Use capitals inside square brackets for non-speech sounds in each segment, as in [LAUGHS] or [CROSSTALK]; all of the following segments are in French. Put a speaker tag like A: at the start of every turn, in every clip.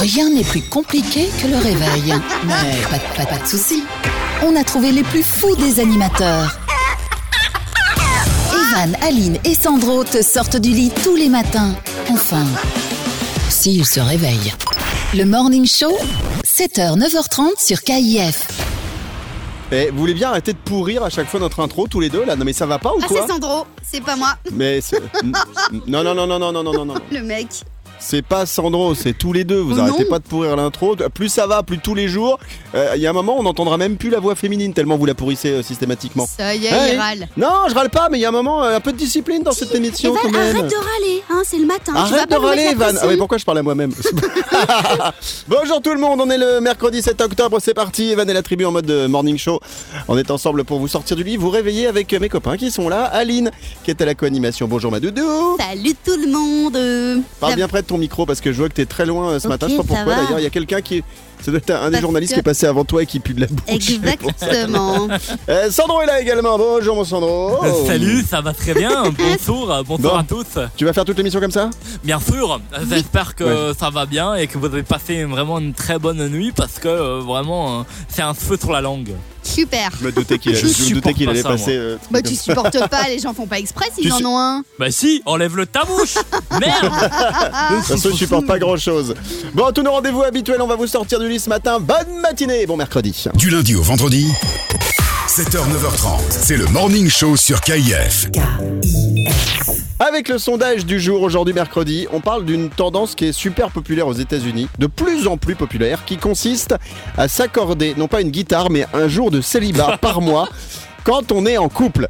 A: Rien n'est plus compliqué que le réveil. Mais pas, de- pas- pas de soucis. On a trouvé les plus fous des animateurs. Evan, Aline et Sandro te sortent du lit tous les matins. Enfin, s'ils se réveillent. Le Morning Show, 7h, 9h30 sur KIF.
B: Eh, vous voulez bien arrêter de pourrir à chaque fois notre intro tous les deux là Non mais ça va pas ou
C: Ah,
B: quoi
C: c'est Sandro, c'est pas moi,
B: Mais c'est- non non non non non non non non non.
C: le mec.
B: C'est pas Sandro, c'est tous les deux. Vous
C: Oh
B: arrêtez
C: non.
B: pas de pourrir l'intro. Plus ça va, plus tous les jours. Euh, Il y a un moment, on n'entendra même plus la voix féminine tellement vous la pourrissez euh, systématiquement.
C: Ça y est,
B: Hey.
C: il râle.
B: Non, je râle pas, mais il y a un moment, euh, un peu de discipline dans cette émission
C: Evan,
B: quand même.
C: arrête de râler, hein, c'est le matin. tu vas
B: Arrête de
C: pas nous
B: râler,
C: mettre la
B: Evan. Ah oui,
C: pression.
B: pourquoi je parle à
C: [LAUGHS]
B: moi-même [LAUGHS] Bonjour tout le monde, on est le mercredi 7 octobre, c'est parti. Evan et la tribu en mode euh, morning show. On est ensemble pour vous sortir du lit, vous réveiller avec euh, mes copains qui sont là. Aline, qui est à la co-animation. Bonjour ma doudou.
C: Salut tout le monde.
B: Parle
C: La-
B: bien près de ton micro parce que je vois que t'es très loin euh, ce
C: Ok,
B: matin. Je sais pas
C: ça
B: pourquoi
C: va.
B: d'ailleurs. Il y a quelqu'un qui. C'est doit être un des
C: Parce
B: journalistes
C: que-
B: qui est passé avant toi et qui pue de la [LAUGHS] bouche.
C: Exactement.
B: Euh, Sandro est là également. Bonjour mon [LAUGHS]
C: Oh.
B: Sandro.
D: Euh, Salut, ça va très bien.
C: [LAUGHS]
D: Bonsoir, bonsoir
B: Bon.
D: à tous.
B: Tu vas faire toute l'émission comme ça
D: Bien sûr, j'espère que ça va bien et que vous avez passé vraiment une très bonne nuit parce que euh, vraiment euh, c'est un feu sur la langue.
C: Super.
B: Je me doutais qu'il je
D: Je
B: me doutais
D: supporte
B: qu'il
D: pas
B: allait
D: ça,
B: passer. euh,
C: Bah, tu supportes pas, les gens font pas exprès s'ils
D: Tu
C: en
D: sais-
C: ont un.
D: Bah si, enlève le
C: [LAUGHS]
D: ta bouche. Merde.
B: Parce que je supporte pas grand chose. Bon, tous nos rendez-vous habituels, on va vous sortir du lit ce matin. Bonne matinée, bon mercredi.
E: Du lundi au vendredi, 7h, 9h30, c'est le morning show sur KIF.
B: Avec le sondage du jour aujourd'hui mercredi, on parle d'une tendance qui est super populaire aux États-Unis, de plus en plus populaire, qui consiste à s'accorder, non pas une guitare, mais un jour de célibat par mois quand on est en couple.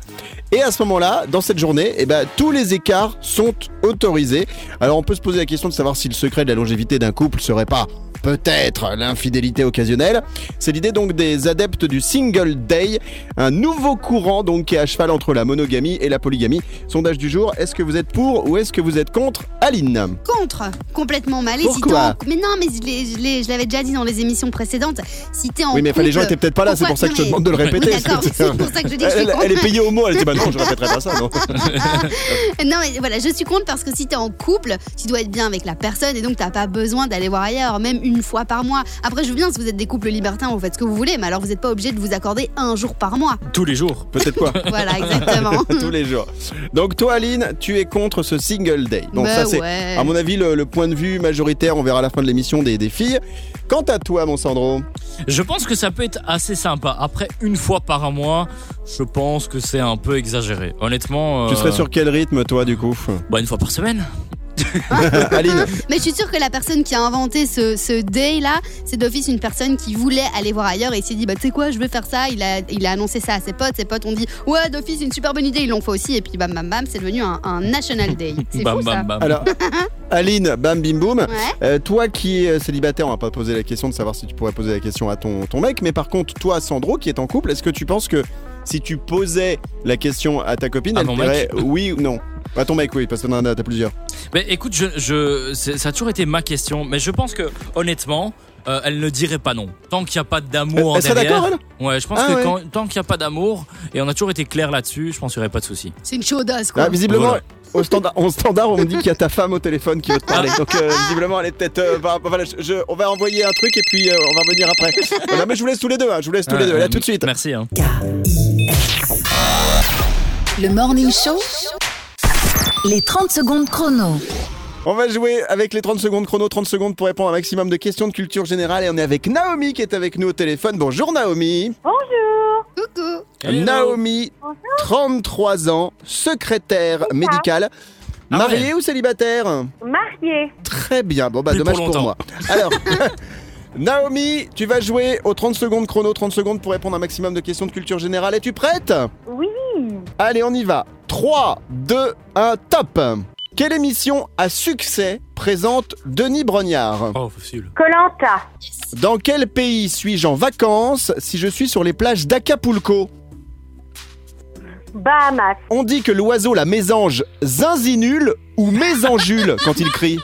B: Et à ce moment-là, dans cette journée, eh ben, tous les écarts sont autorisés. Alors on peut se poser la question de savoir si le secret de la longévité d'un couple serait pas peut-être l'infidélité occasionnelle. C'est l'idée donc des adeptes du single day, un nouveau courant donc qui est à cheval entre la monogamie et la polygamie. Sondage du jour, est-ce que vous êtes pour ou est-ce que vous êtes contre Aline
C: Contre, complètement mal hésitant.
B: Pourquoi
C: Mais non, mais je l'ai- je l'ai- je l'avais déjà dit dans les émissions précédentes. Si t'es en
B: Oui mais enfin, les gens
C: couple-
B: étaient peut-être pas là, c'est
C: Pourquoi
B: pour ça que je te
C: Non, mais-
B: demande de le répéter.
C: Oui, d'accord,
B: parce que c'est
C: c'est
B: un-
C: pour ça que je dis que je
B: [LAUGHS]
C: suis
B: elle,
C: contre.
B: elle est payée au mot, elle dit bah non je répéterai pas ça non.
C: Non, mais voilà, je suis contre parce que si t'es en couple, tu dois être bien avec la personne et donc t'as pas besoin d'aller voir ailleurs, même une fois par mois. Après, je veux bien si vous êtes des couples libertins, vous faites ce que vous voulez, mais alors vous n'êtes pas obligé de vous accorder un jour par mois.
D: Tous les jours.
B: Peut-être quoi [LAUGHS]
C: Voilà, exactement.
B: Tous les jours. Donc toi Aline, tu es contre ce single day. Donc
C: Bah
B: ça c'est
C: ouais.
B: à
C: [LAUGHS]
B: mon avis le, le point de [LAUGHS] vue majoritaire, on verra à la fin de l'émission des, des filles. Quant à toi mon Sandro,
D: Je pense que ça peut être assez sympa. Après une fois par mois, je pense que c'est un peu exagéré. Honnêtement,
B: tu
D: euh,
B: serais sur quel rythme toi du coup
D: bah, une fois par semaine.
B: Aline
C: Mais je suis sûre que la personne qui a inventé ce, ce day là, c'est d'office une personne qui voulait aller voir ailleurs et il s'est dit, bah tu sais quoi, je vais faire ça. Il a, il a annoncé ça à ses potes. Ses potes ont dit, ouais, d'office, une super bonne idée. Ils l'ont fait aussi et puis bam bam bam, c'est devenu un, un national
B: [LAUGHS]
C: day. C'est
D: bam
C: fou ça.
D: bam bam. [LAUGHS]
B: Alors, Aline, bam bim boum.
C: Ouais.
B: Euh, toi qui es célibataire, on va pas poser la question de savoir si tu pourrais poser la question à ton, ton mec, mais par contre, toi, Sandro, qui est en couple, est-ce que tu penses que si tu posais la question à ta copine,
D: À
B: elle
D: mon
B: dirait oui ou non À ton mec, oui, parce que t'en as t'as plusieurs. Ah,
D: Mais écoute, je, je- c'est- ça a toujours été ma question, mais je pense que honnêtement, euh, elle ne dirait pas non. Tant qu'il n'y a pas d'amour en
B: elle serait
D: derrière.
B: d'accord, elle
D: Ouais, je pense
B: Ah
D: que
B: ouais.
D: quand- tant qu'il n'y a pas d'amour, et on a toujours été clair là-dessus, je pense qu'il n'y aurait pas de souci.
C: C'est une chaudasse quoi.
B: Ah, Visiblement.
D: Voilà.
B: Au standard, au standard, on me dit qu'il y a ta femme au téléphone qui veut te
D: Ah.
B: parler. Donc, euh, visiblement, elle est peut-être. euh, bah, voilà, je- je- on va envoyer un truc et puis euh, on va revenir après. Voilà, mais je vous laisse tous les deux. hein, je vous laisse tous les
D: Ouais,
B: deux. Là,
D: euh,
B: tout de suite.
D: Merci. hein.
A: Le Morning Show, les 30 secondes chrono.
B: On va jouer avec les 30 secondes chrono, 30 secondes pour répondre à un maximum de questions de culture générale et on est avec Naomi qui est avec nous au téléphone. Bonjour Naomi.
C: Coucou.
D: Hello.
B: Euh, Naomi, 33 ans, secrétaire médicale.
D: Ah
B: mariée ou célibataire
F: Marié.
B: Très bien, bon bah
D: Plus
B: dommage
D: pour
B: pour,
D: longtemps.
B: moi.
D: [LAUGHS]
B: Alors, Naomi, tu vas jouer aux 30 secondes chrono, 30 secondes pour répondre à un maximum de questions de culture générale. Es-tu prête
F: Oui.
B: Allez, on y va. 3, 2, 1, top Quelle émission à succès présente Denis Brognard
D: Oh, facile.
F: Colanta.
B: Dans quel pays suis-je en vacances si je suis sur les plages d'Acapulco
F: Bahamas.
B: On dit que l'oiseau la mésange zinzinule
D: [LAUGHS]
B: ou mésangeule quand il crie.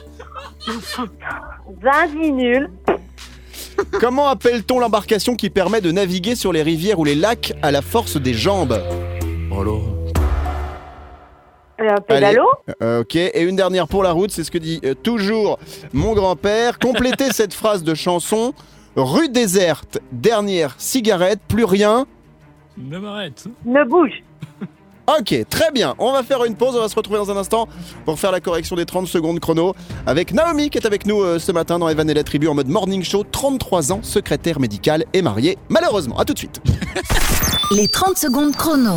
F: Zinzinul.
B: Comment appelle-t-on l'embarcation qui permet de naviguer sur les rivières ou les lacs à la force des jambes
F: Euh, pédalo
B: Euh, ok, et une dernière pour la route, c'est ce que dit euh, toujours mon grand-père. Complétez cette phrase de chanson. Rue déserte, dernière cigarette, plus rien.
D: Ne m'arrête.
F: Ne bouge.
B: Ok, très bien. On va faire une pause, on va se retrouver dans un instant pour faire la correction des 30 secondes chrono avec Naomi qui est avec nous euh, ce matin dans Evan et la tribu en mode morning show, 33 ans, secrétaire médicale et mariée, malheureusement. À tout de suite.
A: Les 30 secondes chrono.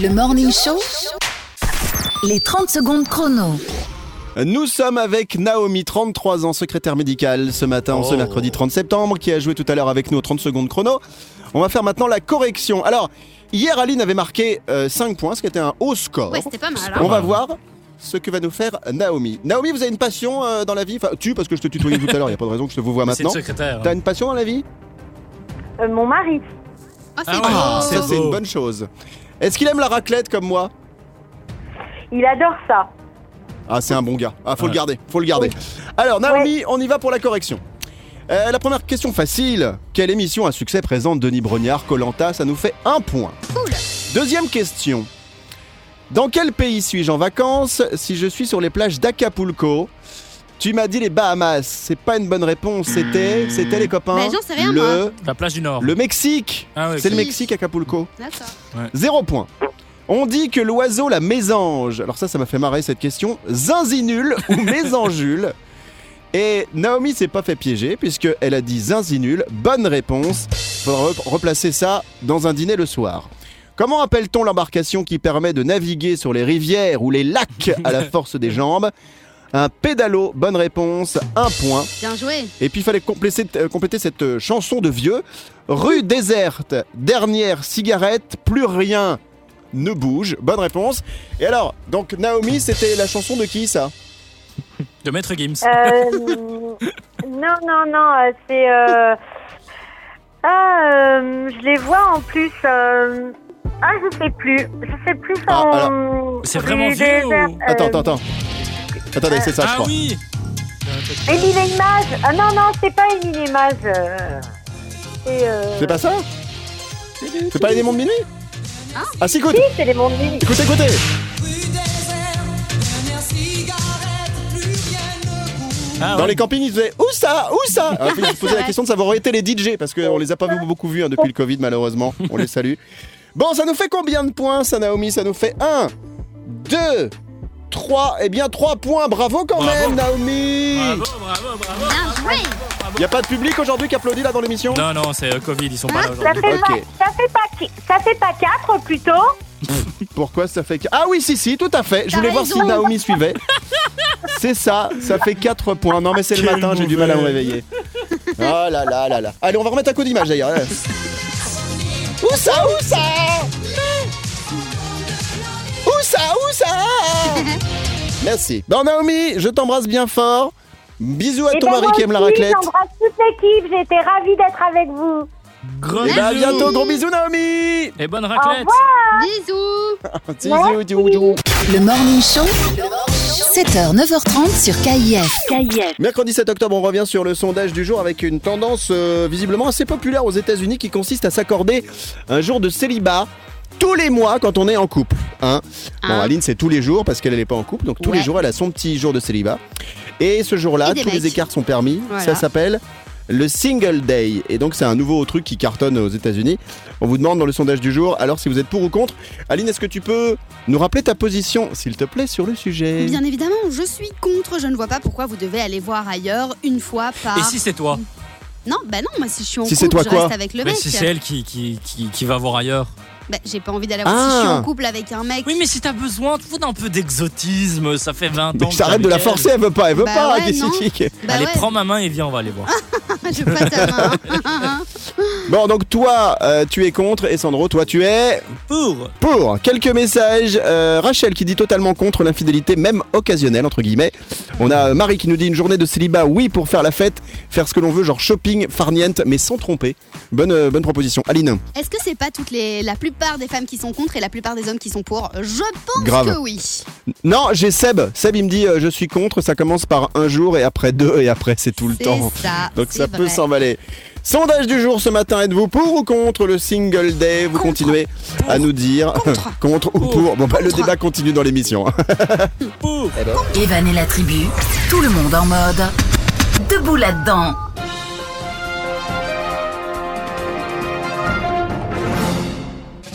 A: Le morning show. Les 30 secondes chrono.
B: Nous sommes avec Naomi, 33 ans, secrétaire médicale ce matin, en ce
D: Oh.
B: mercredi 30 septembre, qui a joué tout à l'heure avec nous aux 30 secondes chrono. On va faire maintenant la correction. Alors, hier, Aline avait marqué 5 points, ce qui était un haut score.
C: Ouais, c'était pas mal.
B: On
C: hein.
B: va voir ce que va nous faire Naomi. Naomi, vous avez une passion euh, dans la vie Enfin, tu, parce que je te tutoyais tout à l'heure, il n'y a pas de raison que je te vous vois
D: C'est une
B: maintenant.
D: secrétaire. hein.
B: T'as une passion dans la vie
F: Euh, mon mari.
C: Oh, c'est
D: Ah ouais,
C: beau.
B: Ça,
D: beau.
B: c'est une bonne chose. Est-ce qu'il aime la raclette comme moi
F: Il adore ça.
B: Ah, c'est un bon gars. Ah, faut le
D: Ouais.
B: garder, faut le garder. Alors, Naomi, on y va pour la correction. Euh, la première question facile. Quelle émission à succès présente Denis Brognard, Colanta Ça nous fait un point.
C: Cool.
B: Deuxième question. Dans quel pays suis-je en vacances si je suis sur les plages d'Acapulco Tu m'as dit les Bahamas. C'est pas une bonne réponse. C'était, c'était les copains.
C: Mais j'en sais rien,
B: le,
C: moi.
D: La plage du Nord.
B: le Mexique.
D: Ah ouais,
B: c'est le
D: ok.
B: Mexique, Acapulco.
C: D'accord.
B: Zéro point. On dit que l'oiseau, la mésange, alors ça, ça m'a fait marrer cette question, zinzinule ou mésangeule Et Naomi s'est pas fait piéger puisqu'elle a dit zinzinule. Bonne réponse. Faudra re- replacer ça dans un dîner le soir. Comment appelle-t-on l'embarcation qui permet de naviguer sur les rivières ou les lacs à la force des jambes Un pédalo, bonne réponse, un point.
C: Bien joué.
B: Et puis il fallait compléter, euh, compléter cette euh, chanson de vieux. Rue déserte, dernière cigarette, plus rien ne bouge. Bonne réponse. Et alors, donc Naomi, c'était la chanson de qui ça
D: De Maître Gims.
F: Euh, [LAUGHS] non, non, non, euh, c'est. euh, Ah, euh, je les vois en plus. euh, Ah, je sais plus. Je sais plus.
B: Ah,
F: en-
D: C'est vraiment
F: du
D: vieux ou-
F: désert, euh,
B: Attends, attends, attends. Attendez, c'est ça, je
D: ah
B: crois.
D: oui
F: Émile et Image. Ah non, non, c'est pas Émile et Image. euh, C'est. euh,
B: C'est pas ça C'est pas les démons de minuit Ah, si, écoute,
F: si, c'est les mondes Mini.
B: écoute, écoutez.
D: Ah
B: Dans
D: ouais.
B: les campings, ils faisaient où ça Où ça Alors, Ah, Il faut se poser la question de savoir où étaient les DJ parce qu'on les a pas beaucoup vus hein, depuis le Covid, malheureusement. On les salue. Bon, ça nous fait combien de points, ça, Naomi Ça nous fait 1, 2, 3. Eh bien, 3 points. Bravo quand
D: Bravo.
B: même, Naomi
D: Bravo, bravo, bravo
C: Bien joué.
B: Il Y a pas de public aujourd'hui qui applaudit là dans l'émission
D: Non, non, c'est euh, Covid, ils sont pas là
F: Ça
D: aujourd'hui.
F: fait,
B: Ok. Ah,
F: pas, ça, fait pas, qui- ça fait pas 4 plutôt
B: Pourquoi ça fait. qu- Ah oui, si, si, tout à fait. Je
C: T'as
B: voulais voir si
C: raison.
B: Naomi
C: [LAUGHS]
B: suivait. C'est ça, ça fait 4 points. Non, mais c'est le
D: Quel
B: matin, j'ai du mal à me
D: mauvais.
B: réveiller. Oh là là là là. Allez, on va remettre un coup d'image d'ailleurs. Où ça Où ça Où ça Où
C: [LAUGHS]
B: ça Merci. Bon, Naomi, je t'embrasse bien fort. Bisous à
C: Eh
F: Et
B: ton
C: ben,
B: mari qui aime la raclette.
F: ben, J'embrasse toute l'équipe, j'étais ravie d'être avec vous.
D: Gros
B: Et bah, à
D: bisous.
B: bientôt. Gros bisous, Naomi
D: Et bonne
F: Au
D: raclette
F: revoir
C: Bisous.
B: Bisous, bisous, bisous.
A: Le morning show. 7h, 9h30 sur KIF.
B: Mercredi 7 octobre, on revient sur le sondage du jour avec une tendance euh, visiblement assez populaire aux États-Unis qui consiste à s'accorder un jour de célibat tous les mois quand on est en couple. hein. Bon,
C: Hein.
B: Aline, c'est tous les jours parce qu'elle n'est pas en couple, donc tous
C: Ouais.
B: les jours, elle a son petit jour de célibat. Et ce jour-là,
C: Et des
B: tous
C: mecs.
B: les écarts sont permis.
C: Voilà.
B: Ça s'appelle le Single Day. Et donc, c'est un nouveau truc qui cartonne aux États-Unis. On vous demande dans le sondage du jour, alors si vous êtes pour ou contre. Aline, est-ce que tu peux nous rappeler ta position, s'il te plaît, sur le sujet
C: Bien évidemment, je suis contre. Je ne vois pas pourquoi vous devez aller voir ailleurs une fois par.
D: Et si c'est toi
C: Non, bah non, moi si je suis en
B: Si c'est toi,
C: couple, je
B: quoi Bah,
C: reste avec le
D: Mais
C: mec.
D: si c'est elle qui, qui, qui, qui va voir ailleurs
C: Bah, j'ai pas envie d'aller voir si je suis
B: Ah.
C: en couple avec un mec.
D: Oui, mais si t'as besoin, tu vois, d'un peu d'exotisme, ça fait 20 ans que
B: J'arrête de la
D: j'habite elle.
B: forcer, elle veut pas, elle veut
C: Bah
B: pas.
C: ouais,
B: qu'est-ce
C: non.
B: qui-
C: Bah
D: Allez,
C: ouais, Ah.
D: prends ma main et viens, on va aller voir.
C: [LAUGHS] je passe
B: [LAUGHS]
C: ta main.
B: Bon, donc toi, euh, tu es contre et Sandro, toi, tu es
D: Pour
B: pour. Quelques messages. Euh, Rachel qui dit totalement contre l'infidélité, même occasionnelle, entre guillemets. On a euh, Marie qui nous dit une journée de célibat, oui, pour faire la fête, faire ce que l'on veut, genre shopping, farniente, mais sans tromper. Bonne, euh, bonne proposition. Aline,
C: Est-ce que c'est pas toutes les, la plupart des femmes qui sont contre et la plupart des hommes qui sont pour Je pense
B: Grave.
C: que oui.
B: non, j'ai Seb. Seb, il me dit, euh, je suis contre, ça commence par un jour et après deux et après, c'est tout le
C: C'est
B: temps.
C: ça.
B: Donc
C: c'est
B: ça peut
C: vrai.
B: s'emballer. Sondage du jour ce matin, êtes-vous pour ou contre le single day Vous continuez à nous dire [LAUGHS] contre, ou pour. Bon, bah, le débat continue dans l'émission. [LAUGHS]
D: Pour.
A: Evan et la tribu, tout le monde en mode. Debout là-dedans.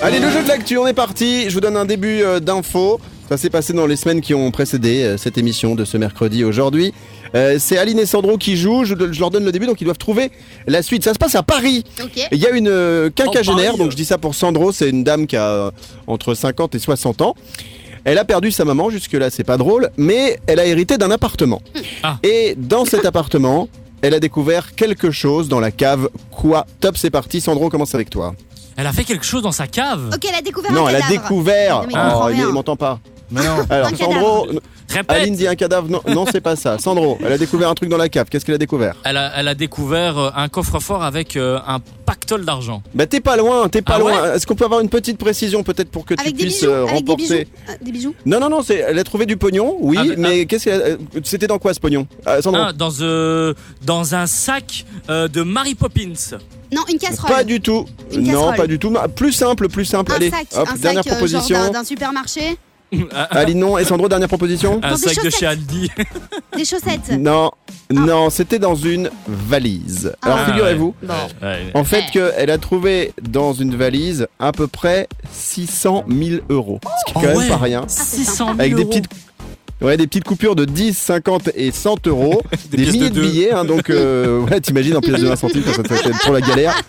B: Allez, le jeu de l'actu, on est parti. Je vous donne un début euh, d'info. Ça s'est passé dans les semaines qui ont précédé euh, cette émission de ce mercredi aujourd'hui. Euh, c'est Aline et Sandro qui jouent. Je, je leur donne le début, donc ils doivent trouver la suite. Ça se passe à Paris.
C: Ok.
B: Il y a une euh,
D: Oh,
B: quinquagénaire,
D: Paris,
B: donc
D: euh.
B: je dis ça pour Sandro, c'est une dame qui a euh, entre 50 et 60 ans. Elle a perdu sa maman, jusque-là c'est pas drôle, mais elle a hérité d'un appartement.
D: Ah.
B: Et dans cet appartement, elle a découvert quelque chose dans la cave. Quoi Top, c'est parti. Sandro, commence avec toi.
D: Elle a fait quelque chose dans sa cave.
C: Ok, elle a découvert
B: non,
C: un
B: elle a
C: cadavre.
B: découvert.
C: Mais il comprend
B: Oh, il
C: rien.
B: il m'entend pas.
D: Mais non.
B: [LAUGHS] Alors,
C: Un
B: Sandro,
D: Répète.
B: Aline dit un cadavre. Non, non c'est pas ça. Sandro, elle a découvert un truc dans la cave. Qu'est-ce qu'elle a découvert
D: Elle a, elle a découvert euh, un coffre-fort avec euh, un pactole d'argent.
B: Bah, t'es pas loin, t'es pas
D: Ah ouais
B: loin. Est-ce qu'on peut avoir une petite précision peut-être pour que tu
C: Avec des
B: puisses
C: bijoux,
B: euh,
C: avec des
B: remporter
C: bijoux, Ah, des bijoux.
B: Non, non, non, c'est- elle a trouvé du pognon, oui,
D: Ah, mais-
B: mais qu'est-ce qu'elle a- euh, C'était dans quoi ce pognon Ah, Sandro
D: Ah, dans, euh, dans un sac euh, de Mary Poppins.
C: Non, une casserole.
B: Pas du tout.
C: Une
B: non,
C: casserole.
B: pas du tout. mais Plus simple, plus simple.
C: Un
B: Allez,
C: sac,
B: hop,
C: un
B: dernière
C: sac euh, genre
B: proposition. Ah,
C: d'un- d'un supermarché,
B: Aline, non. Et Sandro, dernière proposition
D: Un
C: Dans des
D: sac de
C: chaussettes.
B: [LAUGHS]
D: chez Aldi.
C: des chaussettes.
B: Non, non, c'était dans une valise.
C: Ah.
B: Alors
D: Ah,
B: figurez-vous,
C: Bon. Eh.
D: Ouais.
B: en fait, qu'elle a trouvé dans une valise à peu près 600 000 euros. Ce qui est quand
D: Oh
B: même
D: ouais.
B: pas rien.
D: 600 000
B: Avec des
D: euros.
B: petites. Ouais, des petites coupures de 10, 50 et 100 euros,
D: [LAUGHS] Des
B: des,
D: pièces de
B: milliers de,
D: deux.
B: billets, hein, donc
D: [LAUGHS]
B: euh, ouais, t'imagines en pièces de 20 centimes, ça, ça, ça, c'est pour la galère.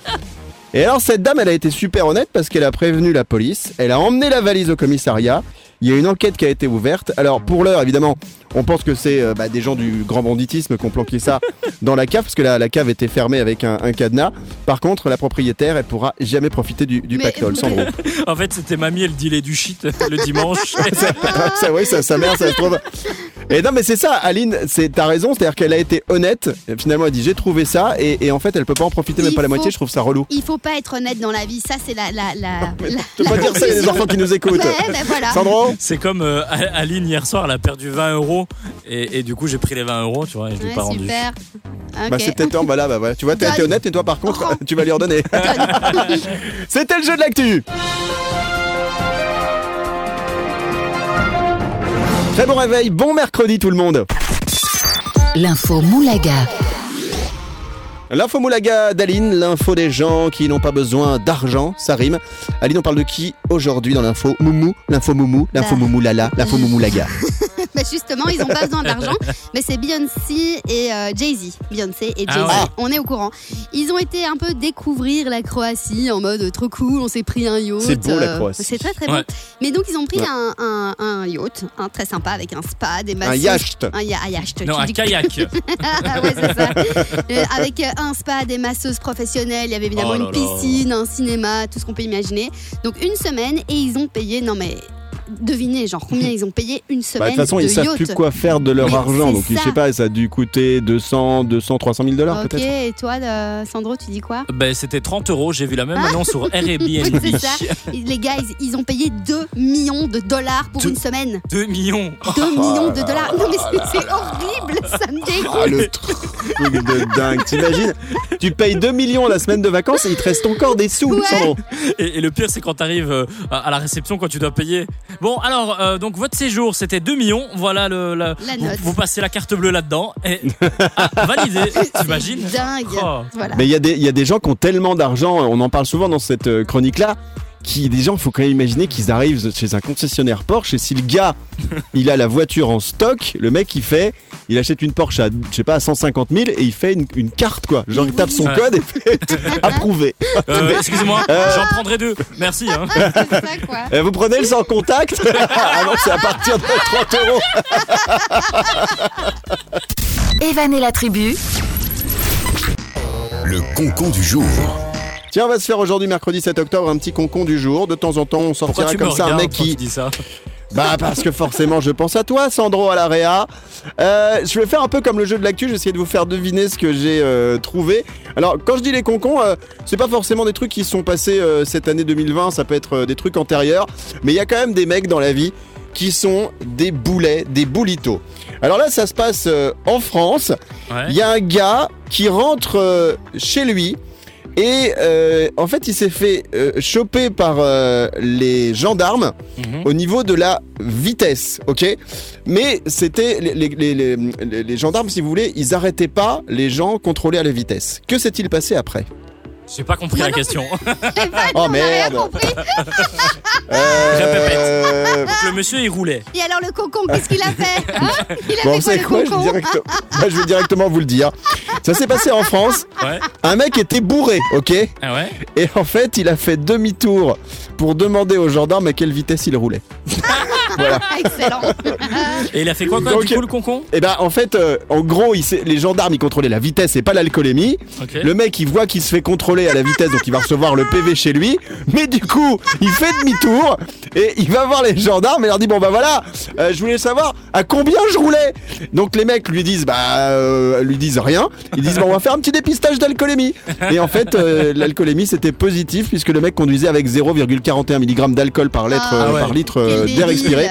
B: Et alors cette dame, elle a été super honnête parce qu'elle a prévenu la police, elle a emmené la valise au commissariat, il y a une enquête qui a été ouverte. Alors pour l'heure, évidemment, on pense que c'est euh, bah, des gens du grand banditisme qui ont planqué ça dans la cave, parce que la, la cave était fermée avec un, un cadenas. Par contre, la propriétaire, elle pourra jamais profiter du, du
C: Mais-
B: pactole, sans gros.
D: En fait, c'était mamie, elle dealait du shit euh, le
B: [LAUGHS]
D: dimanche.
B: Ah, ça, oui, ça, sa mère, ça se trouve. Et non, mais c'est ça, Aline, c'est t'as raison, c'est-à-dire qu'elle a été honnête. Et Finalement, elle dit j'ai trouvé ça, et, et en fait, elle peut pas en profiter, même
C: Il
B: pas la
C: faut-
B: moitié. Je trouve ça relou.
C: Il faut pas être honnête dans la vie, ça c'est la la
B: [LAUGHS]
C: la. la-
B: Je peux pas
C: la
B: dire
C: [LAUGHS]
B: ça, il y a des
C: conclusion.
B: enfants qui nous écoutent.
C: Ouais, ben voilà.
B: Sandro,
D: C'est comme euh, Al- Aline hier soir, elle a perdu 20 euros et, et du coup j'ai pris les 20 euros, tu vois, et je l'ai
C: Ouais,
D: pas rendu.
C: super. Ok.
B: bah c'est peut-être temps, bah là, bah voilà. Tu vois, t'es t'es honnête, et toi, par contre, tu vas lui en
C: [LAUGHS]
B: donner. [LAUGHS] C'était le jeu de l'actu. Très bon réveil, bon mercredi tout le monde.
A: L'info Moulaga.
B: L'info Moulaga d'Aline, l'info des gens qui n'ont pas besoin d'argent, ça rime. Aline, on parle de qui aujourd'hui dans l'info Moumou, l'info Moumou, l'info
C: Bah.
B: Moumou Lala, l'info Moumou Laga.
C: [LAUGHS] Bah, justement, ils ont pas besoin d'argent,
D: [LAUGHS]
C: mais c'est Beyoncé et euh, Jay-Z. Beyoncé et Jay-Z,
D: Ah ouais.
C: on est au courant. Ils ont été un peu découvrir la Croatie en mode euh, trop cool, on s'est pris un yacht. euh,
B: C'est beau, la Croatie.
C: C'est très très
D: Ouais.
C: beau. Mais donc ils ont pris
B: Ouais.
C: un, un- un yacht, un très sympa avec un spa, des massages.
B: Un yacht.
C: Bah, Un, ya- un yacht.
D: Non,
C: Euh, tu
D: un
C: dis- [LAUGHS]
D: kayak.
C: Ah ouais, c'est ça. Euh, avec euh, un spa, des masseuses professionnelles, il y avait évidemment
D: Oh là
C: une
D: là.
C: piscine, un cinéma, tout ce qu'on peut imaginer. Donc une semaine et ils ont payé, non mais devinez genre combien ils ont payé une
B: Bah,
C: semaine
B: de toute façon, ils
C: de
B: savent
C: yacht.
B: plus quoi faire de leur
C: Mais
B: argent,
C: c'est
B: donc je
C: ça.
B: sais pas, ça a dû coûter 200, 200, 300 000 dollars
C: Ok,
B: peut-être.
C: et toi, euh, Sandro, tu dis quoi
D: ben, c'était 30 euros, j'ai vu la même annonce sur
C: [LAUGHS]
D: Airbnb.
C: C'est ça. Les gars, ils, ils ont payé 2 millions de dollars pour
D: Deux-
B: [LAUGHS]
C: une semaine.
D: 2 millions.
C: 2
B: Oh
C: millions de dollars. Non, mais c'est- c'est horrible, ça me dégoûte.
B: Ah le truc de dingue, t'imagines Tu payes 2 millions la semaine de vacances et il te reste encore des sous,
C: Ouais.
B: Sandro.
D: Et, et le pire, c'est quand t'arrives euh, à à la réception, quand tu dois payer. Bon, alors, euh, donc votre séjour, c'était 2 millions. Voilà, le, la-
C: La
D: vous,
C: note.
D: vous passez la carte bleue là-dedans. Et...
C: [LAUGHS]
D: Ah, validé, [LAUGHS] t'imagines
C: C'est dingue.
D: Oh.
C: Voilà.
B: Mais il y, a des- il y a des gens qui ont tellement d'argent, on en parle souvent dans cette euh, chronique-là, qui des gens, il faut quand même imaginer qu'ils arrivent chez un concessionnaire Porsche et si le gars,
D: [LAUGHS]
B: il a la voiture en stock, le mec il fait, il achète une Porsche à, je sais pas, à 150 000 et il fait une, une carte quoi. Genre il tape son
D: Ouais.
B: code et
D: [LAUGHS]
B: fait approuvé.
D: Euh, Excusez-moi,
B: Euh.
D: j'en prendrai deux. Merci.
C: [LAUGHS]
D: Hein.
C: Ah, c'est ça, quoi.
B: Euh, vous prenez le sans contact [LAUGHS] Ah non, c'est à partir de 30 euros.
A: Evan et la tribu,
E: Le concon du jour.
B: Tiens, on va se faire aujourd'hui, mercredi 7 octobre, un petit concon du jour. De temps en temps, on
D: Pourquoi
B: sortira
D: tu me
B: comme ça un
D: regardes
B: mec
D: quand
B: qui.
D: tu dis ça
B: Bah parce que forcément je pense à toi Sandro à la réa. Euh, je vais faire un peu comme le jeu de l'actu, j'essaie de vous faire deviner ce que j'ai euh, trouvé. Alors quand je dis les concons, euh, c'est pas forcément des trucs qui se sont passés euh, cette année 2020, ça peut être euh, des trucs antérieurs, mais il y a quand même des mecs dans la vie qui sont des boulets, des boulitos. Alors là ça se passe euh, en France,
D: Ouais.
B: il y a un gars qui rentre euh, chez lui Et euh, en fait, il s'est fait euh, choper par euh, les gendarmes
D: Mhm.
B: au niveau de la vitesse, ok Mais c'était les, les- les- les- les- les gendarmes, si vous voulez, ils arrêtaient pas les gens contrôlés à la vitesse. Que s'est-il passé après
D: J'ai pas compris
B: [LAUGHS]
D: la question.
B: Oh
C: Rien
B: merde
C: compris.
B: Euh,
D: Le monsieur, il roulait.
C: Et alors le cocon, qu'est-ce
B: [LAUGHS]
C: qu'il a fait hein Il a
B: Bon,
C: fait
B: c'est quoi
C: quoi le
B: je vais,
C: cocon
B: directe- Bah, je vais directement vous le dire. Ça s'est passé en France.
D: Ouais.
B: Un mec était bourré, ok
D: Ah ouais
B: Et en fait, il a fait demi-tour pour demander aux gendarmes à quelle vitesse il roulait.
C: Ah, Excellent.
B: euh,
D: Et il a fait quoi, quoi,
B: Donc-
D: du coup, le concon
B: Et ben en fait, euh, en gros, il s'est- les gendarmes ils contrôlaient la vitesse et pas l'alcoolémie.
D: Ok.
B: Le mec il voit qu'il se fait contrôler à la vitesse, donc il va recevoir le PV chez lui. Mais du coup, il fait demi-tour et il va voir les gendarmes et leur dit bon bah voilà, euh, je voulais savoir à combien je roulais. Donc les mecs lui disent bah euh, lui disent rien. Ils disent bah, on va faire un petit dépistage d'alcoolémie. Et en fait, euh, l'alcoolémie c'était positif puisque le mec conduisait avec 0,41 mg d'alcool par litre
C: Ah
B: euh,
D: ouais.
B: par litre
C: Quel
B: euh,
C: débile.
B: d'air expiré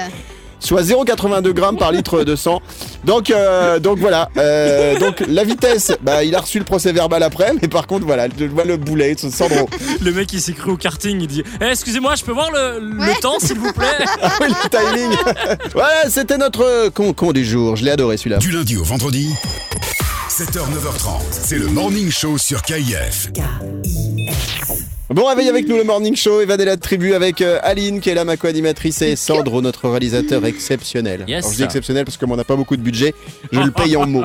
B: soit 0,82 grammes par litre de sang. Donc, euh, donc voilà. Euh, donc la vitesse, bah, il a reçu le procès verbal après, mais par contre, voilà, je vois le boulet, ce Sandro.
D: Le mec, il s'est cru au karting. Il dit Eh, Excusez-moi, je peux voir le, le
C: Ouais.
D: temps, s'il vous
C: [LAUGHS]
D: plaît
B: Ah oui, le timing. Voilà, c'était notre con-con du jour. Je l'ai adoré celui-là.
E: Du lundi au vendredi, 7h, 9h30, c'est le Morning Show sur KIF.
B: Bon réveil avec nous le morning show. Eva de la tribu avec euh, Aline qui est là, ma co-animatrice, et Sandro, notre réalisateur exceptionnel.
D: Yes.
B: Alors, je dis exceptionnel parce que comme on n'a pas beaucoup de budget, je le paye en mots.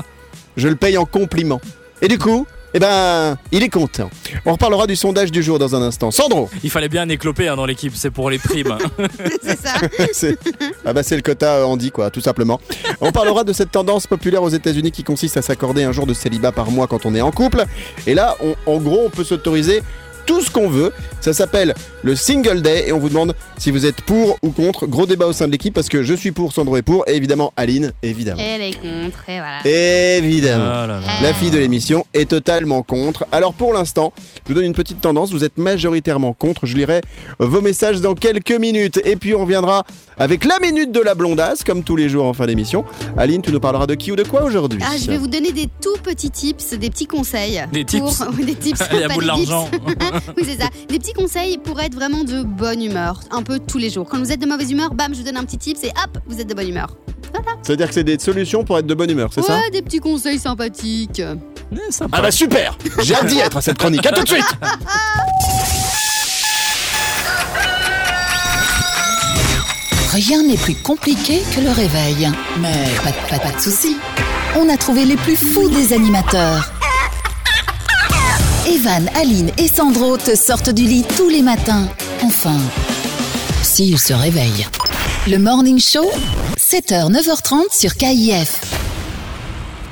B: Je le paye en compliments. Et du coup. Eh ben, il est content. On reparlera du sondage du jour dans un instant. Sandro
D: Il fallait bien un éclopé hein, dans l'équipe, c'est pour
C: [LAUGHS]
D: les primes.
C: [LAUGHS] Ah C'est ça.
B: [LAUGHS] C'est- Ah bah c'est le quota euh, Andy quoi, tout simplement. On parlera de cette tendance populaire aux États-Unis qui consiste à s'accorder un jour de célibat par mois quand on est en couple. Et là, on- en gros, on peut s'autoriser tout ce qu'on veut. Ça s'appelle le single day et on vous demande si vous êtes pour ou contre. Gros débat au sein de l'équipe parce que je suis pour, Sandro est pour et évidemment Aline, évidemment.
C: Elle est contre, et voilà.
B: Évidemment.
D: Ah là là.
B: La fille de l'émission est totalement contre. Alors pour l'instant, je vous donne une petite tendance. Vous êtes majoritairement contre. Je lirai vos messages dans quelques minutes. Et puis on reviendra avec la minute de la blondasse, comme tous les jours en fin d'émission. Aline, tu nous parleras de qui ou de quoi aujourd'hui
C: Ah, je vais vous donner des tout petits tips, des petits conseils.
D: Des
C: pour-
D: tips.
C: [LAUGHS] Oui, des tips.
D: Il y
C: Ah,
D: a
C: pas
D: bout de
C: des
D: l'argent. [LAUGHS]
C: tips. Oui, c'est ça. Des petits conseils pour être vraiment de bonne humeur, un peu tous les jours. Quand vous êtes de mauvaise humeur, bam, je vous donne un petit tips et hop, vous êtes de bonne humeur.
B: C'est-à-dire que c'est des solutions pour être de bonne humeur, c'est
C: ouais,
B: ça
C: des petits conseils sympathiques.
D: Eh, sympa.
B: Ah bah super J'ai hâte d'y être à cette chronique. À tout de suite
A: Rien n'est plus compliqué que le réveil. Mais pas, de- pas, pas de soucis. On a trouvé les plus fous des animateurs. Evan, Aline et Sandro te sortent du lit tous les matins. Enfin, s'ils se réveillent. Le Morning Show, 7h, 9h30 sur KIF.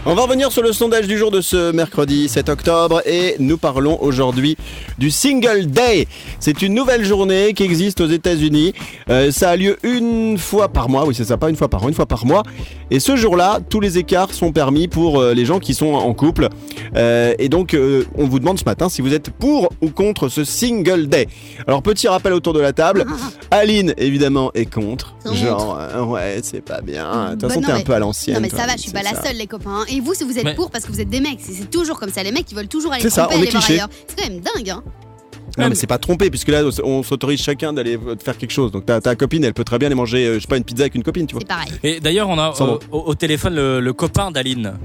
B: On va revenir sur le sondage du jour de ce mercredi 7 octobre et nous parlons aujourd'hui du Single Day. C'est une nouvelle journée qui existe aux États-Unis. Euh, ça a lieu une fois par mois, oui c'est ça, pas une fois par an, une fois par mois. Et ce jour-là, tous les écarts sont permis pour euh, les gens qui sont en couple. Euh, et donc, euh, on vous demande ce matin si vous êtes pour ou contre ce Single Day. Alors, petit rappel autour de la
C: [LAUGHS]
B: table. Aline, évidemment, est contre.
C: Contre.
B: Genre, euh, ouais, c'est pas bien. De toute
C: Bah
B: façon,
C: non,
B: t'es un
C: mais-
B: peu à l'ancienne.
C: non mais
B: toi,
C: ça va, je suis pas
B: c'est
C: la
B: ça.
C: seule les copains. hein. Et vous, si vous êtes
D: Mais-
C: pour parce que vous êtes des mecs, c'est- c'est toujours comme ça. Les mecs, ils veulent toujours aller
B: C'est ça,
C: tromper,
B: on est
C: aller voir
B: cliché.
C: ailleurs. C'est quand même dingue. Hein
B: Non, mais c'est pas trompé, puisque là, on s'autorise chacun d'aller euh, faire quelque chose. Donc, ta, ta copine, elle peut très bien aller manger, euh, je sais pas, une pizza avec une copine, tu vois.
C: c'est pareil.
D: Et d'ailleurs, on a
B: Sandro.
D: euh, au, au téléphone le, le copain d'Aline.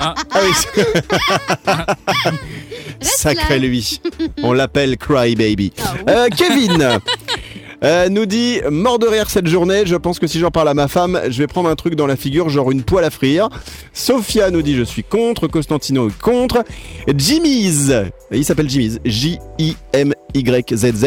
B: Ah oui Sacré lui. On l'appelle Crybaby. Euh, Kevin euh, nous dit mort de rire cette journée. Je pense que si j'en parle à ma femme, je vais prendre un truc dans la figure, genre une poêle à frire. Sophia nous dit je suis contre. Constantino est contre. Jimmy's, il s'appelle Jimmy's. J I M Y Z Z.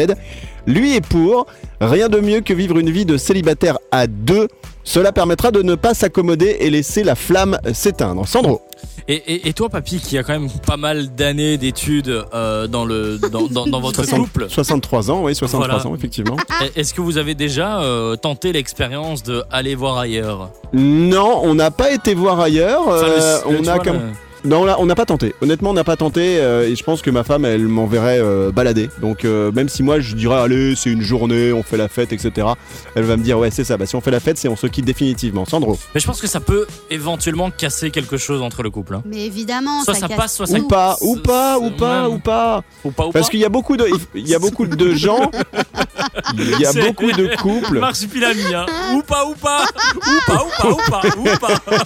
B: Lui est pour. Rien de mieux que vivre une vie de célibataire à deux. Cela permettra de ne pas s'accommoder et laisser la flamme s'éteindre. Sandro.
D: Et, et- et toi, papy, qui a quand même pas mal d'années d'études euh, dans, le, dans, dans- dans votre
B: 60
D: couple,
B: 63 ans, oui, 63
D: Voilà.
B: ans, effectivement.
C: Ah.
D: est- est-ce que vous avez déjà euh, tenté l'expérience de aller voir ailleurs
B: Non, on n'a pas été voir ailleurs.
D: Enfin, le-
B: euh,
D: le-
B: on
D: tu
B: a
D: vois,
B: comme.
D: le-
B: Non, là, on n'a pas tenté. Honnêtement, on n'a pas tenté. euh, et je pense que ma femme, elle m'enverrait euh, balader. Donc, euh, même si moi, je dirais, allez, c'est une journée, on fait la fête, etc. Elle va me dire, ouais, c'est ça. Bah, si on fait la fête, c'est on se quitte définitivement. Sandro.
D: Mais je pense que ça peut éventuellement casser quelque chose entre le couple. hein.
C: Mais évidemment,
D: Soit
C: ça,
D: ça
C: casse
D: passe, soit ça-
B: Ou
C: tout.
B: pas, ou
D: c'est-
B: pas, ou
D: c'est-
B: pas, ou pas.
D: Ou pas, ou
B: Parce
D: pas.
B: qu'il y a beaucoup de, il y a beaucoup de [LAUGHS] gens, il y a
D: C'est-
B: beaucoup de [LAUGHS] couples.
D: Marche Pilami, hein. ou pas, ou pas, ou pas, ou pas, ou pas, ou pas.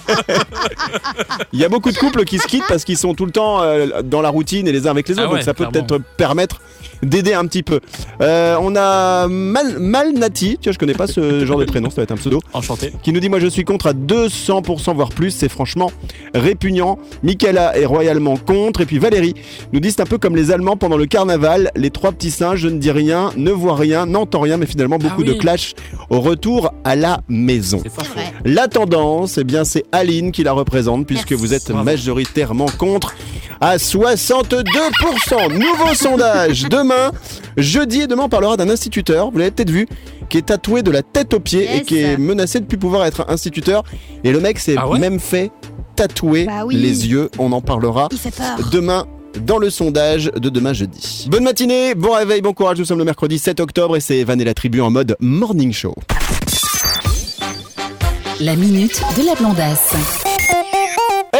B: Il y a beaucoup de couples qui se quittent parce qu'ils sont tout le temps euh, dans la routine et les uns avec les
D: Ah
B: autres.
D: ouais,
B: donc ça peut
D: clairement.
B: peut-être permettre d'aider un petit peu. Euh, on a Mal, Malnati, tiens je connais pas ce genre de prénom, ça doit être un pseudo,
D: Enchanté.
B: qui nous dit moi je suis contre à 200% voire plus, c'est franchement répugnant. Michaela est royalement contre et puis Valérie nous dit c'est un peu comme les Allemands pendant le carnaval, les trois petits singes, je ne dis rien, ne vois rien, n'entends rien, mais finalement beaucoup de
D: Ah oui.
B: clash au retour à la maison.
D: C'est pas
C: C'est
D: faux.
C: vrai.
B: La tendance, eh bien, c'est Aline qui la représente puisque
C: Merci.
B: vous êtes
D: Bravo.
B: majoritairement contre à 62%. Nouveau sondage demain, jeudi et demain, on parlera d'un instituteur. Vous l'avez peut-être vu qui est tatoué de la tête aux pieds et
C: Yes.
B: qui est menacé de plus pouvoir être instituteur. Et le mec s'est
D: Ah ouais
B: même fait tatouer
C: Bah oui.
B: les yeux. On en parlera
C: Il fait peur.
B: demain dans le sondage de demain jeudi. Bonne matinée, bon réveil, bon courage. Nous sommes le mercredi 7 octobre et c'est Evan et la tribu en mode morning show.
A: La minute de la blondasse.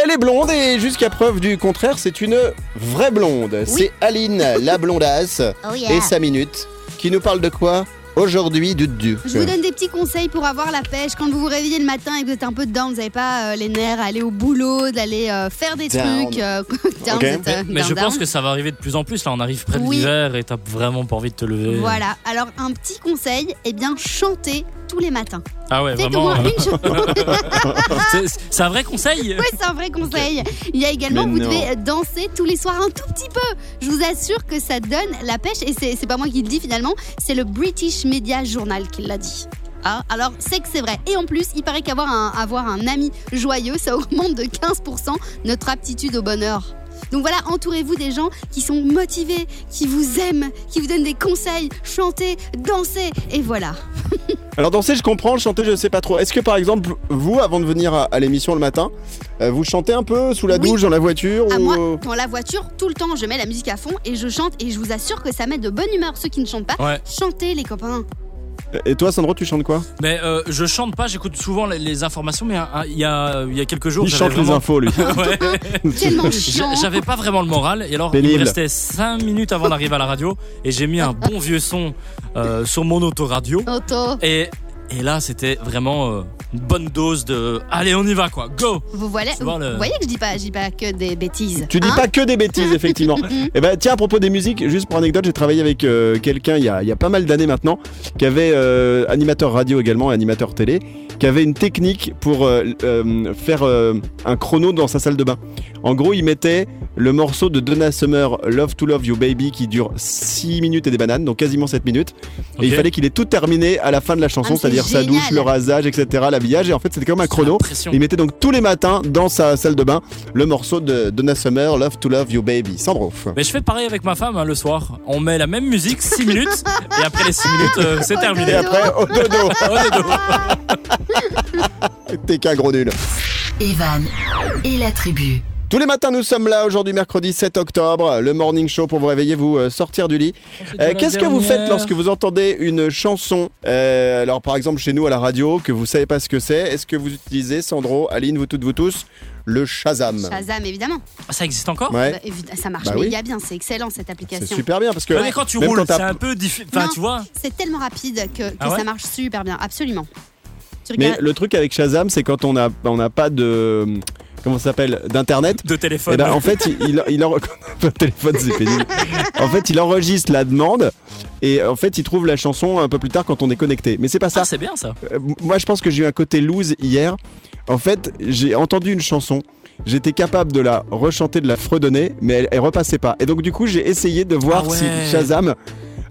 B: Elle est blonde et jusqu'à preuve du contraire, c'est une vraie blonde. C'est Aline, la
C: [LAUGHS]
B: blondasse, et sa minute, qui nous parle de quoi aujourd'hui du Duc.
C: Je vous donne des petits conseils pour avoir la pêche. Quand vous vous réveillez le matin et que vous êtes un peu dedans, vous n'avez pas euh, les nerfs à aller au boulot, d'aller euh, faire des
B: Down.
C: trucs. euh, [LAUGHS] down,
B: Ok.
C: vous êtes, euh,
D: Mais, mais
C: down,
D: je pense
C: down.
D: que ça va arriver de plus en plus. Là, on arrive près de
C: Oui.
D: l'hiver et t'as vraiment pas envie de te lever.
C: Voilà. Alors, un petit conseil, eh bien, chantez tous les matins.
D: Ah ouais,
C: Faites au
D: vraiment.
C: moins une chanson.
D: C'est- C'est un vrai conseil
C: Oui, c'est un vrai conseil. Il y a également,
B: Mais
C: vous
B: non.
C: devez euh, danser tous les soirs un tout petit peu. Je vous assure que ça donne la pêche. Et c'est c'est pas moi qui le dis finalement, c'est le British Media Journal qui l'a dit. Ah, alors, c'est que c'est vrai. Et en plus, il paraît qu'avoir un, avoir un ami joyeux, ça augmente de 15% notre aptitude au bonheur. Donc voilà, entourez-vous des gens qui sont motivés, qui vous aiment, qui vous donnent des conseils, chantez, dansez, et voilà.
B: Alors danser, je comprends, chanter, je sais pas trop. Est-ce que par exemple, vous, avant de venir à, à l'émission le matin, euh, vous chantez un peu sous la
C: Oui.
B: douche, dans la voiture
C: À
B: ou-
C: moi, dans la voiture, tout le temps, je mets la musique à fond et je chante et je vous assure que ça met de bonne humeur ceux qui ne chantent pas.
D: Ouais.
C: Chantez les
B: [LAUGHS]
C: copains.
B: Et toi, Sandro, tu chantes quoi
D: Mais euh, je chante pas, j'écoute souvent les, les informations, mais hein, il y a, il y a quelques jours,
B: Il chante
D: j'avais
B: les
D: vraiment... [LAUGHS]
B: infos, lui.
D: Ouais.
C: Tellement
D: J'a-
C: chiant.
D: J'avais pas vraiment le moral et alors il
B: Pénible.
D: me restait 5 minutes avant d'arriver à la radio et j'ai mis un bon vieux son euh, sur mon autoradio
C: Toto,
D: et, et là c'était vraiment euh, une bonne dose de allez on y va quoi, go
C: vous, voilà,
D: Tu vois le-
C: vous voyez que je dis pas, je dis pas que des bêtises.
B: Tu dis
C: hein
B: pas que des bêtises,
C: [LAUGHS]
B: effectivement. et ben tiens, à propos des musiques, juste pour anecdote, j'ai travaillé avec euh, quelqu'un il y, a, il y a pas mal d'années maintenant, qui avait euh, animateur radio également, et animateur télé, qui avait une technique pour euh, euh, faire euh, un chrono dans sa salle de bain. En gros, il mettait le morceau de Donna Summer, Love to Love You Baby, qui dure 6 minutes et des bananes, donc quasiment 7 minutes. Et il
D: Ok.
B: fallait qu'il ait tout terminé à la fin de la chanson,
C: Ah, mais c'est
B: c'est-à-dire sa
C: génial.
B: douche, le rasage, etc., l'habillage. Et en fait, c'était comme un chrono.
D: J'ai l'impression.
B: Il mettait donc tous les matins dans sa salle de bain le morceau de Donna Summer, Love to Love You Baby, sans brof.
D: Mais je fais pareil avec ma femme hein, le soir, on met la même musique 6 minutes et après les 6 minutes euh, c'est
C: Oh,
B: Et
D: terminé.
C: dingue.
B: après, oh dodo, [LAUGHS]
D: Oh, les deux.
B: t'es qu'un gros nul.
A: Evan et la tribu.
B: Tous les matins, nous sommes là aujourd'hui, mercredi 7 octobre, le morning show pour vous réveiller, vous euh, sortir du lit. Euh, Qu'est-ce que vous faites lorsque vous entendez une chanson Euh, Alors, par exemple, chez nous à la radio, que vous savez pas ce que c'est, est-ce que vous utilisez, Sandro, Aline, vous toutes, vous tous, le Shazam
C: Shazam, évidemment.
D: Ah, Ça existe encore
B: Ouais,
C: Bah, évi- ça marche
B: Bah oui.
C: méga bien, c'est excellent cette
B: c'est
C: application.
B: super bien parce que.
D: Ouais, mais quand tu
B: même
D: roules,
B: t'as-
D: c'est un peu difficile. Enfin,
C: Non.
D: tu vois,
C: C'est tellement rapide que, que
D: Ah ouais
C: ça marche super bien, absolument. Tu
B: Mais
C: regardes-
B: le truc avec Shazam, c'est quand on n'a on n'a pas de. Comment ça s'appelle D'internet.
D: de
B: Eh
D: téléphone. Ah,
B: ben, en fait, il, il, en- [LAUGHS] le téléphone, c'est pénible. En fait, il enregistre la demande et en fait, il trouve la chanson un peu plus tard quand on est connecté. Mais c'est pas ça.
D: Ah, c'est bien ça.
B: Euh, Moi, je pense que j'ai eu un côté loose hier. En fait, j'ai entendu une chanson. J'étais capable de la rechanter, de la fredonner, mais elle, elle repassait pas. Et donc, du coup, j'ai essayé de voir
D: Ah ouais.
B: si Shazam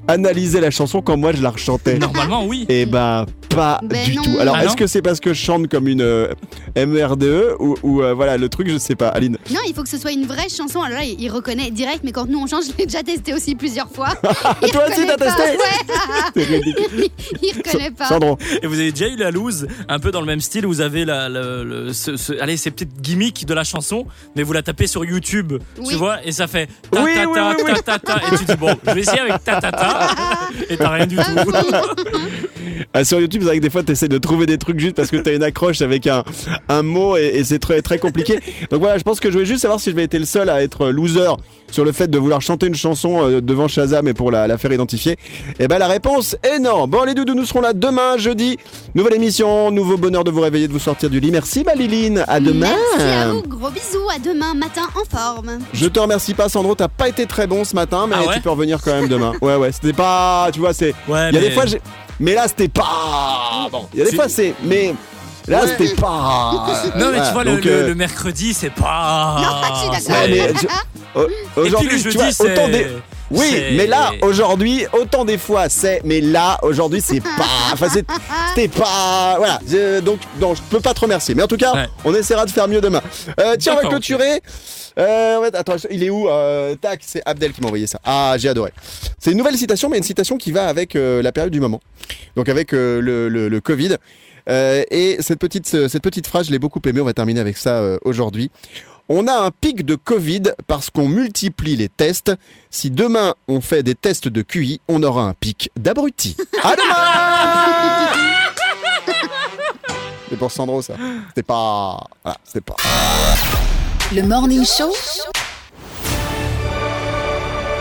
B: analyser la chanson quand moi je la rechantais.
D: Normalement, oui.
B: Et ben pas
C: Ben
B: du
C: non.
B: tout. Alors
D: Ah
B: est-ce
D: non
B: que c'est parce que je chante comme une euh, MRDE ou, ou, euh, voilà le truc je sais pas
C: [LAUGHS]
B: Aline.
C: Non, il faut que ce soit une vraie chanson. Alors là, il il reconnaît direct, mais quand nous on change, je l'ai déjà testé aussi plusieurs fois.
B: Ah, toi aussi
C: reconnaît
B: t'as
C: pas.
B: testé C'est ridicule.
C: Il il reconnaît pas.
B: Sandro.
D: Et vous avez déjà eu la loose, un peu dans le même style, vous avez la, le- le- ce- ce- allez, ces petites gimmicks de la chanson, mais vous la tapez sur YouTube,
C: Oui.
D: tu vois, et ça fait ta
B: Oui,
D: ta
B: oui,
D: ta
B: oui, oui.
D: ta ta ta, et tu dis bon, je vais essayer avec ta ta ta, et t'as rien du
C: Ah
D: tout.
C: bon
B: Ah, sur YouTube, c'est vrai que des fois, tu essaies de trouver des trucs juste parce que tu as une accroche avec un, un mot et, et c'est très, très compliqué. Donc voilà, je pense que je voulais juste savoir si je vais été le seul à être euh, loser sur le fait de vouloir chanter une chanson euh, devant Shazam et pour la, la faire identifier. Et ben la réponse est non. Bon, les doudous, nous serons là demain, jeudi. Nouvelle émission, nouveau bonheur de vous réveiller, de vous sortir du lit. Merci, ma Liline. À demain.
C: Merci à vous, gros bisous, à demain matin en forme.
B: Je te remercie pas, Sandro. T'as pas été très bon ce matin, mais
D: Ah ouais
B: tu peux revenir quand même demain. Ouais, ouais, c'était pas. Tu vois, c'est.
D: [LAUGHS] Ouais,
B: Il y a
D: mais-
B: des fois, j'ai- mais là c'était pas. Bon, il y a des
D: C'est-
B: fois c'est, mais là c'était pas.
D: Non mais
B: Voilà,
D: tu vois, le,
B: donc,
D: le-
B: euh,
D: le mercredi, c'est pas.
C: Non, je suis d'accord.
B: ouais, Ah, mais tu- au-
D: Et puis
B: aujourd'hui,
D: le
B: tu
D: jeudi,
B: vois, autant
D: c'est.
B: des. Oui,
D: c'est-
B: mais là aujourd'hui, autant des fois c'est, mais là aujourd'hui c'est pas. Enfin c'est- c'était pas. Voilà, Je- donc non, je peux pas te remercier, mais en tout cas,
D: Ouais.
B: on essaiera de faire mieux demain. Euh, tiens, on va
D: D'accord, ok.
B: clôturer. Euh, ouais, attends, il est où Euh, Tac, c'est Abdel qui m'a envoyé ça. Ah, j'ai adoré. C'est une nouvelle citation, mais une citation qui va avec euh, la période du moment. donc avec euh, le, le- le Covid. Euh, et cette petite, euh, cette petite phrase, je l'ai beaucoup aimée, on va terminer avec ça euh, aujourd'hui. On a un pic de Covid parce qu'on multiplie les tests. Si demain on fait des tests de QI, on aura un pic d'abrutis. À demain C'est pour Sandro ça. C'était pas... Voilà, c'était pas...
A: Le Morning Show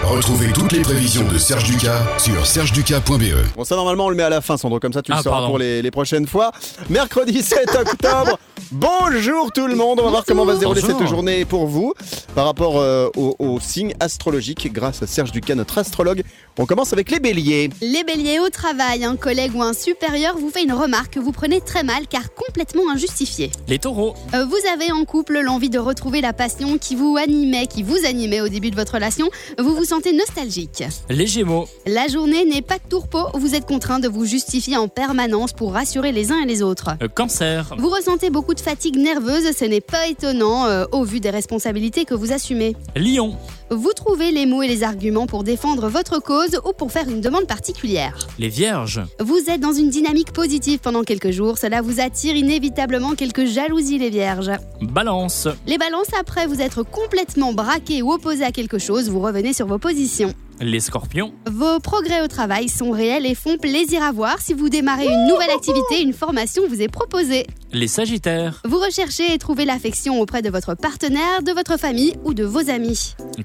E: Retrouvez toutes les prévisions de Serge Ducas sur sergeducas.be.
B: Bon, ça normalement on le met à la fin, Sandro, comme ça tu le
D: Ah,
B: sauras
D: pardon.
B: pour les, les prochaines fois. Mercredi [LAUGHS] 7 octobre. Bonjour tout le monde. On va voir comment va se dérouler
D: Bonjour.
B: cette journée pour vous par rapport euh, aux, aux signes astrologiques grâce à Serge Ducas, notre astrologue. On commence avec les béliers.
C: Les béliers au travail, un collègue ou un supérieur vous fait une remarque que vous prenez très mal car complètement injustifiée.
D: Les taureaux,
C: Euh, Vous avez en couple l'envie de retrouver la passion qui vous animait, qui vous animait au début de votre relation. Vous vous sentez nostalgique.
D: les gémeaux,
C: La journée n'est pas de tourpeau, vous êtes contraint de vous justifier en permanence pour rassurer les uns et les autres.
D: le euh, cancer,
C: Vous ressentez beaucoup de fatigue nerveuse, ce n'est pas étonnant euh, au vu des responsabilités que vous assumez.
D: lion,
C: Vous trouvez les mots et les arguments pour défendre votre cause ou pour faire une demande particulière.
D: les vierges,
C: Vous êtes dans une dynamique positive pendant quelques jours, cela vous attire inévitablement quelques jalousies les vierges.
D: balance,
C: Les balances, après vous être complètement braqué ou opposé à quelque chose, vous revenez sur vos positions.
D: les scorpions,
C: Vos progrès au travail sont réels et font plaisir à voir. Si vous démarrez une nouvelle activité, une formation vous est proposée.
D: les sagittaires,
C: Vous recherchez et trouvez l'affection auprès de votre partenaire, de votre famille ou de vos amis.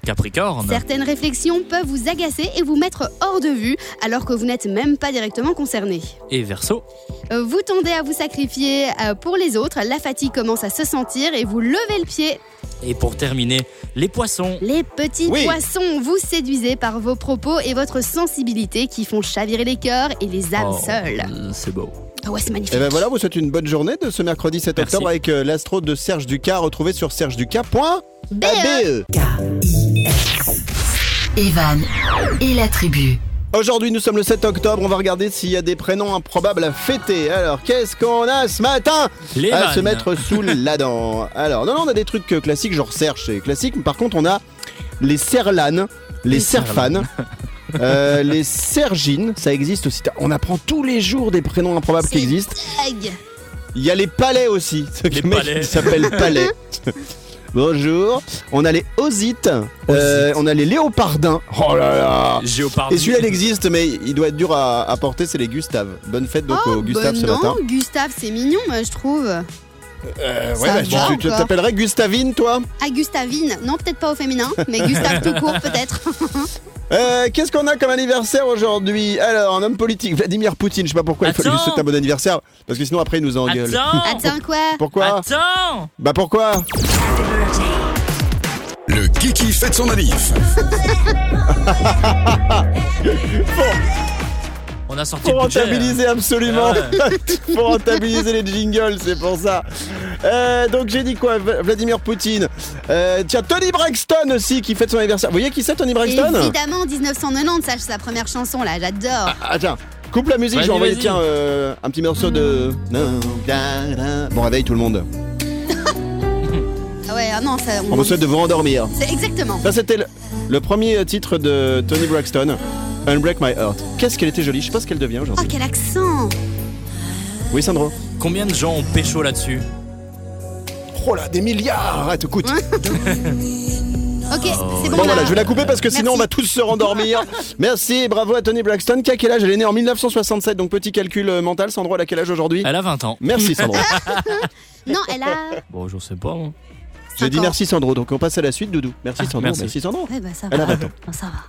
D: capricorne,
C: Certaines réflexions peuvent vous agacer et vous mettre hors de vue alors que vous n'êtes même pas directement concerné.
D: et verso,
C: Euh, Vous tendez à vous sacrifier euh, pour les autres, la fatigue commence à se sentir et vous levez le pied.
D: Et pour terminer, les poissons,
C: Les petits
B: Oui.
C: poissons vous séduisez par vos propos et votre sensibilité qui font chavirer les cœurs et les âmes
D: Oh,
C: seules.
D: euh, C'est beau.
C: Ah ouais, c'est magnifique.
B: Et ben voilà, vous souhaite une bonne journée de ce mercredi 7
D: Merci.
B: octobre avec euh, l'astro de Serge Ducas, retrouvé sur
C: BE.
B: sergeducas.be.
A: Evan et la tribu.
B: Aujourd'hui, nous sommes le 7 octobre, on va regarder s'il y a des prénoms improbables à fêter. Alors, qu'est-ce qu'on a ce matin
D: Les
B: à se
D: vannes.
B: mettre sous la dent. Alors, non, non, on a des trucs euh, classiques, genre Serge, c'est classique. Mais par contre, on a les Serlanes, les Serfanes, [LAUGHS] euh, les Sergines, ça existe aussi. On apprend tous les jours des prénoms improbables qui
C: C'est
B: existent.
C: Egg.
B: Il y a les Palais aussi, [LAUGHS] ce
D: Les
B: mec
D: Palais.
B: qui s'appelle Palais. [LAUGHS] Bonjour. On a les Osites, euh, on a les Léopardins. Oh là là
D: Géopardie.
B: et celui-là, il existe, mais il doit être dur à, à porter, c'est les Gustave. Bonne fête donc
C: Oh,
B: aux Gustave
C: bah
B: ce
C: non,
B: matin.
C: Gustave, c'est mignon, moi, je trouve. Ah,
B: Euh,
C: Ça
B: bah, tu-
C: va
B: tu tu
C: encore.
B: t'appellerais Gustavine, toi
C: Ah, Gustavine. Non, peut-être pas au féminin, mais Gustave tout court,
B: [LAUGHS]
C: peut-être.
B: Oh. Euh, qu'est-ce qu'on a comme anniversaire aujourd'hui Alors, un homme politique, Vladimir Poutine, je sais pas pourquoi il faut lui
D: Attends.
B: souhaiter un bon anniversaire, parce que sinon après il nous engueule.
D: Attends
C: Attends, quoi
B: Pourquoi
D: Attends
B: Bah pourquoi
E: Le Kiki fête son manif.
D: on a sorti
B: Faut
D: le budget.
B: rentabiliser absolument.
D: Ah
B: [LAUGHS] Faut rentabiliser les jingles, c'est pour ça. Euh, donc j'ai dit quoi V- Vladimir Poutine. Euh, tiens, Tony Braxton aussi qui fête son anniversaire. Vous voyez qui c'est Tony Braxton
C: Évidemment, 1990, ça, c'est sa première chanson, là, j'adore.
B: Ah tiens, coupe la musique, je vais
D: Vas-y,
B: envoyer
D: vas-y.
B: tiens, euh, un petit morceau de... Bon réveil tout le monde.
C: Ah ouais, ah non, ça.
B: On vous souhaite de vous rendormir.
C: C'est exactement.
B: Ça c'était le, le premier euh, titre de Tony Braxton. Unbreak My Heart. Qu'est-ce qu'elle était jolie, je sais pas ce qu'elle devient
C: Oh,
B: aujourd'hui.
C: quel accent
B: Oui Sandro
D: ouais. Combien de gens ont pécho là-dessus
B: Oh là, des milliards Elle te coûte
C: Ok, c'est bon,
B: Oh. Bon
C: là.
B: voilà, je vais la couper parce que sinon
C: Merci.
B: on va tous se rendormir. Merci, bravo à Tony Braxton. Qui a quel âge Elle est née en 1967, donc petit calcul euh, mental. Sandro, elle a quel âge aujourd'hui
D: Elle a 20 ans. Ah,
B: Merci Sandro.
C: Non, elle a.
D: Bon, je sais pas. hein. moi.
B: J'ai dit
C: Cinq ans.
B: merci Sandro, donc on passe à la suite, Doudou. Merci
D: Ah,
B: Sandro,
D: merci.
B: merci Sandro.
C: Ouais, bah ça
B: Elle a
C: va.
B: vingt ans.
C: Ça va.